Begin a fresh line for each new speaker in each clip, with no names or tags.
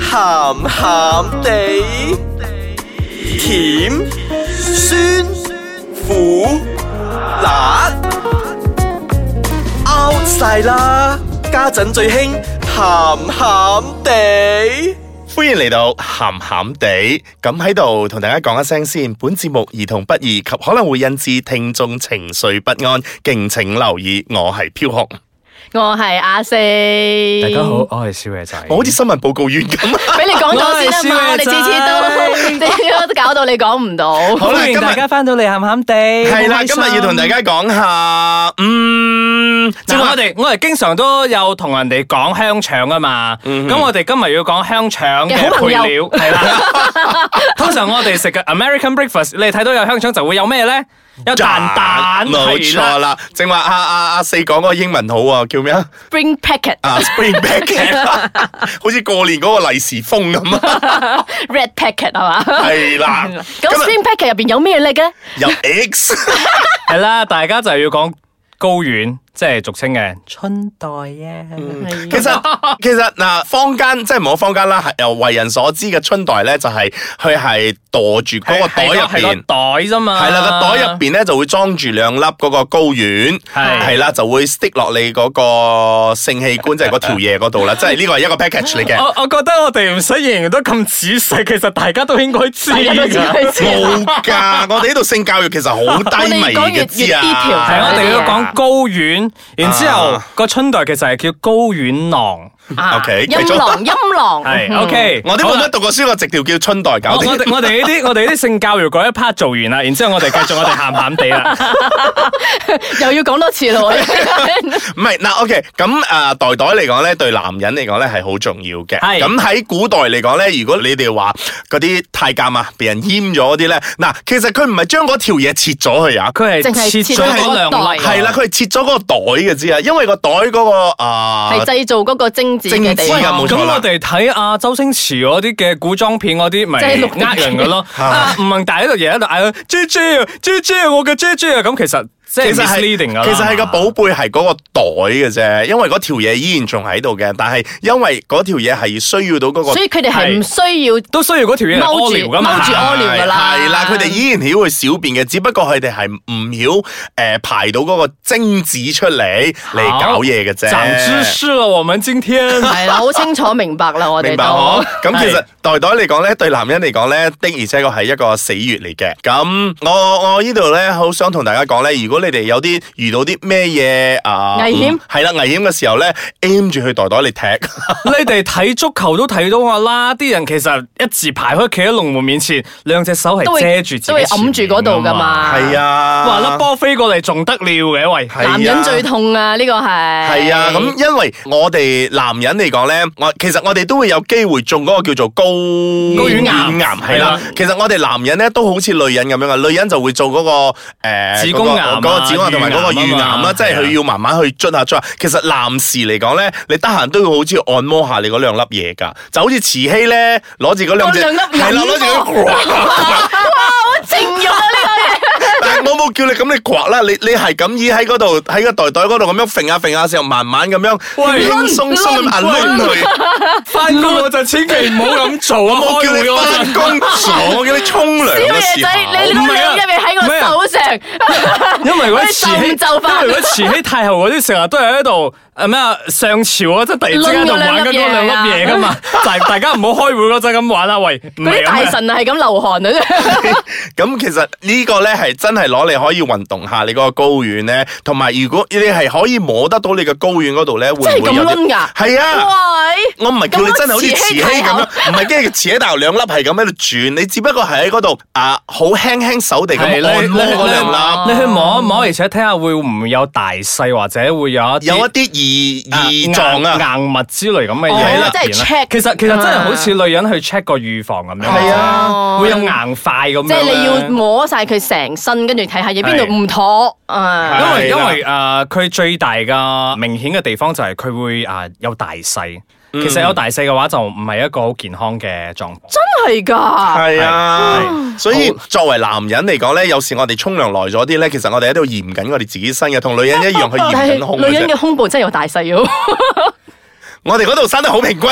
鹹鹹地，甜酸苦辣 out 晒啦！家陣最興鹹鹹地。
歡迎嚟到咸咸地，咁喺度同大家講一聲先，本節目兒童不宜及可能會引致聽眾情緒不安，敬請留意。我係飄紅，
嗯
我係阿四，
大
大
家好，我係小野仔。
我好似新聞報告員咁。
俾你講咗先啊嘛，
我
你
係
次
小
次都
野
你都搞 到你講唔到，
好啦
歡迎
今日
大家翻到嚟咸咸地。
係啦，
哎好開
今
心
日要同大家講下，嗯，
嗱，我
話
哋我哋經常都有同人哋講香腸啊嘛，
嗯
咁我哋今日要講香腸嘅
嘅好朋
配
友
料係啦。通常我哋食嘅 American breakfast，你哋睇到有香腸就會有咩咧？有蛋蛋，
冇
係
錯
啦。
啦。正話阿阿阿啊四講嗰個英文好啊，叫咩啊？
Spring packet
啊，Spring Back，好似過年嗰個利是封咁 啊。
red packet 係嘛？
係啦，
咁 Spring packet 入邊有咩力啊嘅？
有 X。
係啦，大家就要講高丸，即係俗稱嘅春袋啊。
其實其實嗱，坊間即係唔好坊間啦，係由為人所知嘅春袋咧，就係佢係墮住嗰個袋入
係啊個
邊。
袋啫嘛。
係啦，個袋入邊咧就會裝住兩粒嗰個高丸，
係
係啦，就會 stick 落你嗰個性器官，即係嗰條嘢嗰 度啦，即係呢個係一個 package 嚟嘅。
我我覺得我哋唔使形容得咁仔細，其實大家都應該知
大家啊都知
㗎。
佢知
冇 㗎，我哋呢度性教育其實好低迷
我哋講越
嘅，知
越 detail
啊。
係，我哋要
係啊
講高丸，然之後
啊
個春袋其實係叫高丸囊。
啊
OK，繼續
音浪音浪
係，OK，
我哋
好
冇
啦
乜讀過書，我直條叫春袋
我
搞
我
掂。
哋我哋呢啲我哋呢啲性教育嗰一 part 做完啦，然之後我哋繼續我哋鹹鹹地啦。
又要講多次咯，我哋
唔係嗱，OK，咁誒、呃袋袋嚟講咧，對男人嚟講咧係好重要嘅。
係
咁喺古代嚟講咧，如果你哋話嗰啲太監啊，被人閹咗嗰啲咧，嗱，其實佢唔係將嗰條嘢切咗佢啊。
佢
淨係
係切啊
切
咗
咗
嗰兩
個
粒，
袋
係啦，佢係切咗嗰個袋嘅知啊，因為個袋嗰、個啊，
係製造嗰個精子
精
嘅地
子㗎冇
方
錯。
咁我哋睇阿周星馳嗰啲嘅古裝片嗰啲，咪
即係六
呃人嘅咯。啊，吳孟達喺度日日喺度嗌 J J 啊，J J 啊，我嘅 J J 啊，咁其實即係
其實
misleading 啊噶啦。
其實係個寶貝係嗰個袋嘅啫，因為嗰條嘢依然仲喺度嘅，但係因為嗰條嘢係需要到嗰、個
所。以佢哋係唔需要
都需要嗰條嘢嚟
踎
屙
住
尿噶嘛
踎。住屙尿㗎啦
係啦，佢哋依然曉去小便嘅，只不過佢哋係唔曉誒排到嗰個精子出嚟嚟搞嘢嘅啫。
長知識啦，我們今天
係啦，好清楚明白啦，我哋
明白哦
都
嗬？咁其實袋袋嚟講咧，對男人嚟講咧，的而且確係一個死穴嚟嘅。咁我我呢度咧，好想同大家講咧，如果你哋有啲遇到啲咩嘢啊
危險
嗯係啦危險嘅時候咧，aim 住去袋袋嚟踢。
你哋睇足球都睇到我啦，啲人其實一字排開企喺龍門面前，兩隻手係
都會
遮住自己
都會揞住嗰度㗎嘛
係啊，
前面㗎嘛。哇！粒波飛過嚟仲得了嘅喂，
係啊
男人最痛啊，呢個係
係啊，咁因為我哋男人嚟講咧，我其實我哋都會有機會中嗰個叫做高
高丸癌
癌係
係
啦
啦。
其實我哋男人咧都好似女人咁樣啊嘅，女人就會做嗰個誒
子宮癌
嗰
啊
個嗰個子宮癌同埋嗰個
乳
乳
癌
癌
啊
啦，即係
係啊
佢要慢慢去捽下捽下。其實男士嚟講咧，你得閒都要好似按摩下你嗰兩粒嘢㗎，就好似慈禧咧攞住嗰兩隻
嗰兩粒
係啦，
銀
攞住嗰。
啊
靜咗啦呢個嘢。
但係我冇叫你咁，你刮啦，你你係咁依喺嗰度，喺個袋袋嗰度咁樣揈下揈下嘅時候，慢慢咁樣
喂
輕鬆鬆咁揞啊拎佢。
翻工我就千祈唔好咁做啊！
我冇叫
開
你
會我就
翻工咗，我叫你沖涼
小
嘅
嘢
時
仔，你
候。
你
唔
嗰
係啊
兩粒嘢喺我手上，
因為嗰啲慈禧，因
你就唔就範
為嗰啲慈禧太后嗰啲成日都係喺度誒咩啊上朝啊，即係突然之間喺度玩緊嗰兩粒嘢噶 嘛，就係大家唔好開會嗰陣咁玩啦，喂，唔
啊嗰
係
啲大
咁嘅。
神啊係咁流汗啊！
咁其實呢個咧係真係攞嚟可以運動下你嗰個睾丸咧，同埋如果你係可以摸得到你嘅睾丸嗰度咧，會唔會有
真係咁掄
啲？
㗎
係啊。
喂，
我唔係叫你真係好似慈禧咁
咁
樣，
樣
唔係跟住慈禧大頭兩粒係咁喺度轉，你只不過係喺嗰度啊，好輕輕手地咁
係
按
你
摩嗰
你
兩
啊
粒，
你去摸一摸，而且睇下會唔會有大細或者會有一啲
有一啲異
啊
異狀啊。
硬硬物之類咁嘅
哦
嘢喺入
即係
邊啦啊
check
其實其實真係好似女人去 check 個乳房咁樣，
係
啊
會有硬塊咁樣。
即係你要。摸晒佢成身，跟住睇下嘢邊度唔妥啊！
因為
係
因
啦
為誒佢最大嘅明顯嘅地方就係佢會誒有大細，
嗯
其實有大細嘅話就唔係一個好健康嘅狀況。
真係㗎，
係啊，所以作為男人嚟講咧，有時我哋沖涼耐咗啲咧，其實我哋喺度驗緊我哋自己身嘅，同女人一樣 去驗
但
緊胸
係
嘅
女人
啫。
嘅胸部真係有大細喎。
我哋嗰度生得好平均，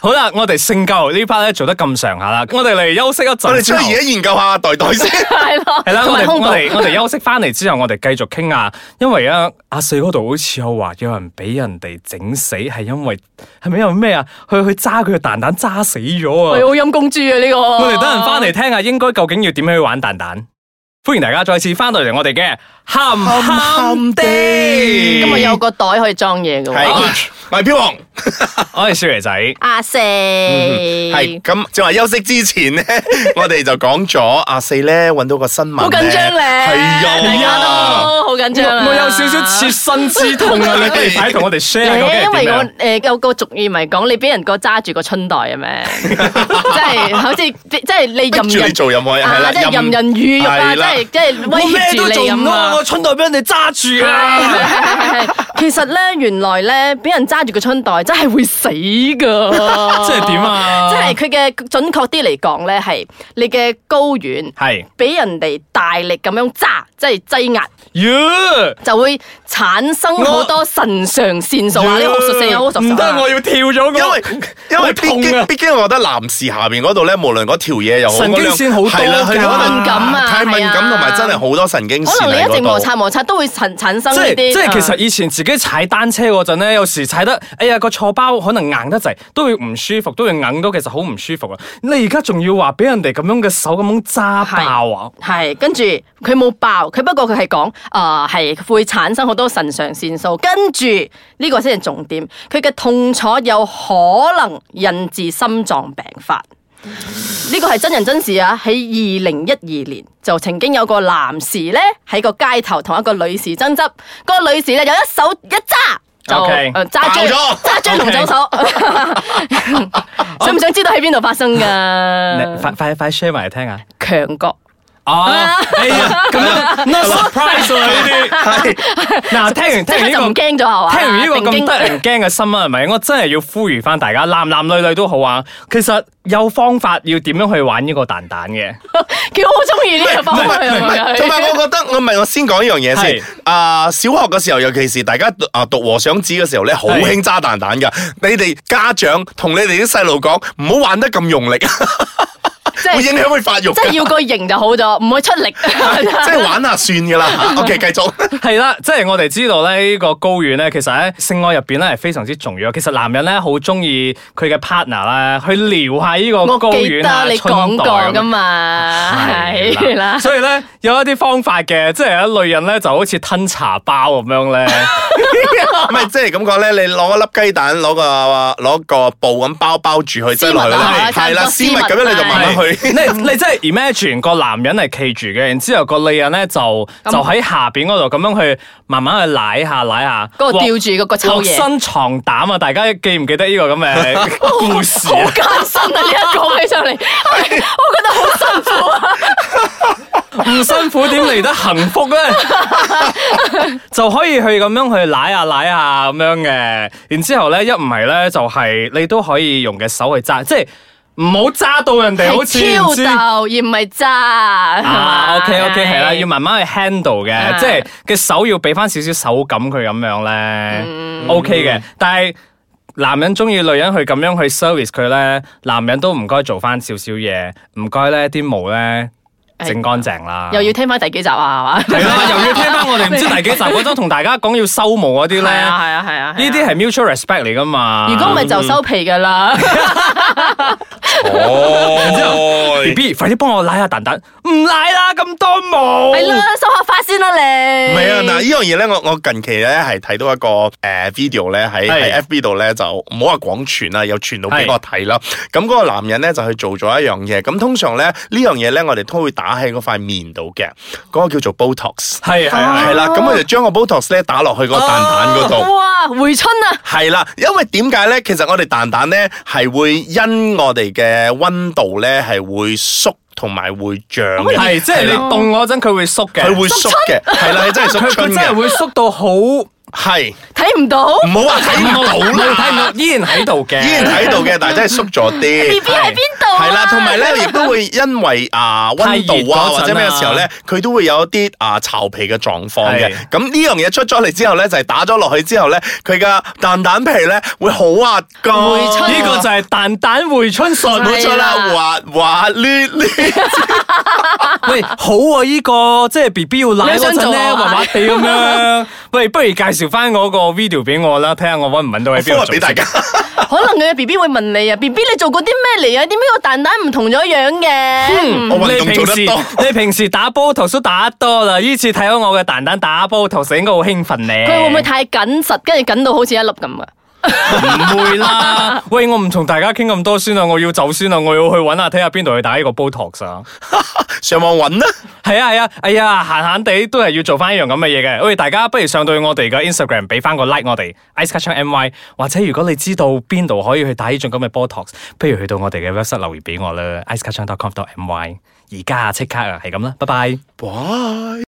好啦，我哋性教育呢 part 咧做得咁上下啦，我哋嚟休息一陣之後。
我哋出去而家研究下袋 袋先。
係咯，
系啦，
同
我
埋
哋
空
我
洞。
哋我哋休息翻嚟之後，我哋繼續傾下，因為啊阿四嗰度好似有話有人俾人哋整死，係因為係咪因為咩啊？佢去揸佢嘅蛋蛋揸死咗啊！
喂，好陰公豬啊呢個。
我
我
哋等人翻嚟聽下，應該究竟要點樣去玩蛋蛋？歡迎大家再次翻到嚟我哋嘅咸咸地，
咁啊有個袋可以裝嘢嘅
係
喎。
我係飄紅，
我係少爺仔。
阿四，
係咁，正話休息之前 咧，我哋就講咗阿四咧揾到個新聞呢，
好緊張咧，大
係
家
啊，
都好緊張啊
我有少少切身之 痛啊！你哋快同我哋呃 share 究竟
因
係
為
點
我
樣？
誒有個俗語咪講，你俾人個揸住個春袋啊 咩？即係好似即係
逼
你任
住你
人
做任何嘢係啦，
啊，即係任人魚肉啊，
係
即
啦
係即係
我
威
咩
脅
都
住
做
你
唔
咁
到啊！
啊哎
我！春袋俾人哋揸住啊！
係係係其實咧，原來咧，俾人揸住個春袋真係會死噶。
即
即
係點？啊？
即係佢嘅準確啲嚟講咧，係你嘅睾丸
係，
俾人哋大力咁樣揸，即係擠壓，
呀
就會產生好多腎上腺素啊！你好熟性啊，好熟性
唔得，
啊
我！要跳咗個，
因為因
好
為畢
痛
竟
啊
畢竟，我覺得男士下邊嗰度咧，無論嗰條嘢又好，
神經線好多
係啦，佢哋可能
敏感啊
太敏
係
感
啊
同埋真係好多神經
可
線
能
喺
你一直摩
嗰度。
擦摩擦都會產產生
即
呢
係
啲。
即係，其
啊
實以前自己踩單車嗰陣咧，有時踩得，哎呀個坐包可能硬得滯，都會唔舒服，都會硬到，其實好唔舒服啊！你而家仲要話俾人哋咁樣嘅手咁樣揸爆啊！
係，跟住佢冇爆，佢不過佢係講，啊係會產生好多腎上腺素，跟住呢個先係重點，佢嘅痛楚有可能引致心臟病發。呢個係真人真事啊！喺二零一二年就曾經有個男士咧喺個街頭同一個女士爭執，個女士咧有一手一揸就
OK，
呃揸
爆
張
咗
揸張龍走手， 想唔想知道喺邊度發生
你快
㗎？
快快 share 埋嚟
啊
聽下！
強國。
哦，哎呀，咁樣 no surprise 啊呢啲。嗱，聽完
即
聽
刻就
完
唔
呢個。
驚咗係嘛？
聽完呢個咁得
啊 定
人驚嘅新聞係咪？我真係要呼籲翻大家，男男女女都好啊。其實有方法要點樣去玩呢個蛋 蛋嘅。
驚，佢好中意呢個方
唔係
向
唔係同埋
啊！
我覺得我咪我先講一樣嘢
係
先。啊，小學嘅時候，尤其是大家讀啊讀和尚子嘅時候咧，好
係
興揸蛋蛋㗎。你哋家長同你哋啲細路講，唔好玩得咁用力，
即
會
係
影響佢發育
即
㗎。
係要個型就好咗，唔會 出 力。
即係玩下算㗎 啦。OK，繼續。
係啦，即係我哋知道咧，呢個高遠咧，其實喺性愛入邊咧係非常之重要。其實男人咧好中意佢嘅 partner 咧去撩下呢個
我
高
記
遠啊、
得你講
春袋
過
咁
噶
樣。
嘛，係啦。
所以咧有一啲方法嘅，即係有一類人咧就好似吞茶包咁樣咧，
唔係，即係咁講咧，你攞一粒雞蛋，攞個攞個布咁包包住佢，擠落去
絲襪啊
啦，
差唔
係
多
啦，絲襪咁樣你就慢慢
係
去。
你你真係 imagine 個男人係企住嘅，然之後個女人咧就
咁
就喺下邊嗰度咁樣去慢慢去舐下舐下，
嗰個吊住個個抽
落
嘢，
身床膽啊！大家記唔記得呢個咁嘅故事
好
啊？
艱辛啊！呢一講起 上嚟，我覺得好辛苦啊！
唔辛苦點嚟得幸 福咧？就可以去咁樣去舐下舐下咁樣嘅，然之後咧一唔係咧就係、你都可以用嘅手去揸，即係唔好揸到人哋好似
係挑
唔知。
逗而唔係揸，係嘛
啊，OK OK，係啦，要慢慢去 handle 嘅，
啊
即係嘅手要俾翻少少手感佢咁樣咧，OK 嘅。但係男人中意女人去咁樣去 service 佢咧，男人都唔該做翻少少嘢，唔該咧啲毛咧整乾淨啦。
又要聽翻第幾集啊？係嘛？
係啦，又要聽翻我哋唔知第幾集嗰種同大家講要收毛嗰啲咧，
係啊係
呢
啊係啊！係啊
啲係 mutual respect 嚟噶嘛。
如果唔係就收皮 噶啦。
哦
B B，快啲幫我拉下蛋蛋，唔拉啦咁多毛。
係啦，梳下髮先啦 你。
唔係啊，嗱，呢樣嘢咧，我我近期咧係睇到一個誒、呃 video 咧喺
係
喺 FB 度咧就唔好話廣傳啦，有傳到俾
係
我睇啦。咁嗰個男人咧就去做咗一樣嘢，咁通常咧呢樣嘢咧我哋都會打喺嗰塊面度嘅，嗰、個叫做 Botox，
係係係。
係啦，咁我哋將個 Botox 咧打落去個蛋蛋嗰度。
哇，回春啊！
系啦，因為點解咧？其實我哋蛋蛋咧係會因我哋嘅温度咧係會縮同埋會漲嘅，
哦係，即係你
係啦
凍嗰陣佢會縮嘅，
佢會縮嘅，係啦，係真係
佢
縮
佢
春
真係
嘅。
會縮到好
係
睇唔到
唔好話睇唔到
冇睇唔
啦
到，，依然喺度嘅，
依然喺度嘅，但係真係縮咗啲。
B B 喺邊度啊？
係啦，同埋咧，亦都會因為啊温度啊
太熱嗰陣啊
或者咩嘅時候咧，佢都會有一啲啊巢皮嘅狀況嘅
係。
咁呢樣嘢出咗嚟之後咧，就係打咗落去之後咧，佢嘅蛋蛋皮咧會好滑噶。
會出
呢個就係蛋蛋回春術。
哦冇錯
係
啦，滑滑捋捋。
喂，好啊！依個即係 B B 要奶
你
嗰
想
陣
做
咧，
啊
滑滑地咁 樣。喂，不如介紹翻嗰個 video 俾我啦，睇下我揾唔揾到喺邊度
forward
做
啊俾大家。
可能佢嘅 B B 會問你啊，B
嗯
B 你做過啲咩嚟啊？點解個蛋蛋唔同咗樣嘅？
我運動做得
你
多
平。時你平時打波投訴打得多啦，呢次睇到我嘅蛋蛋打波投訴應該好興奮咧。
佢會唔會太緊實，跟住緊到好似一粒咁啊？
唔會啦。喂，我唔同大家傾咁多先啦，啊我要走先啦，我要去揾下睇下邊度去打呢個 Botox 啊。
上網揾啦，
係啊係啊，哎呀，閒閒地都係要做翻一樣咁嘅嘢嘅。喂，大家不如上到我哋嘅 Instagram 俾翻個 like 我哋 Ice c a t c h n My，或者如果你知道邊度可以去打呢種咁嘅 Botox，不如去到我哋嘅 website 留言俾我啦，ice c a t c h n c o m m y 而家啊，即刻啊，係咁啦，拜拜。
哇！